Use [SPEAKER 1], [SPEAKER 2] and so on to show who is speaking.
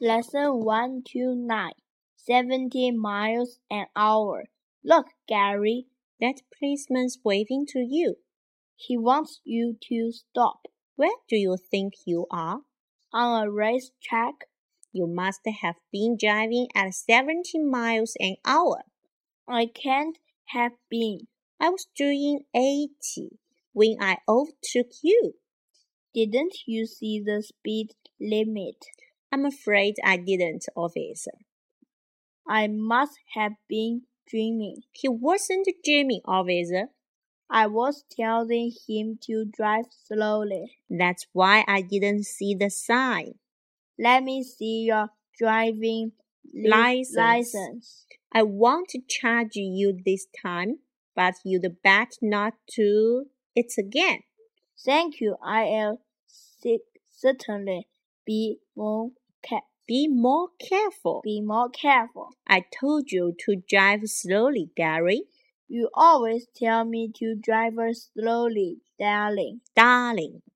[SPEAKER 1] Lesson one two nine, seventy miles an hour. Look, Gary,
[SPEAKER 2] That policeman's waving to you.
[SPEAKER 1] he wants you to stop
[SPEAKER 2] Where do you think you are?
[SPEAKER 1] on a race track
[SPEAKER 2] You must have been driving at 70 miles an hour.
[SPEAKER 1] I can't have been.
[SPEAKER 2] I was doing 80 when I overtook you.
[SPEAKER 1] Didn't you see the speed limit?
[SPEAKER 2] I'm afraid I didn't, officer.
[SPEAKER 1] I must have been dreaming.
[SPEAKER 2] He wasn't dreaming, officer.
[SPEAKER 1] I was telling him to drive slowly.
[SPEAKER 2] That's why I didn't see the sign.
[SPEAKER 1] Let me see your driving li-
[SPEAKER 2] License.
[SPEAKER 1] license.
[SPEAKER 2] I want to charge you this time, but you'd bet not to. It's again.
[SPEAKER 1] Thank you. I'll cer- certainly be more ca-
[SPEAKER 2] Be more careful.
[SPEAKER 1] be more careful.
[SPEAKER 2] I told you to drive slowly, Gary.
[SPEAKER 1] You always tell me to drive slowly, darling.
[SPEAKER 2] Darling,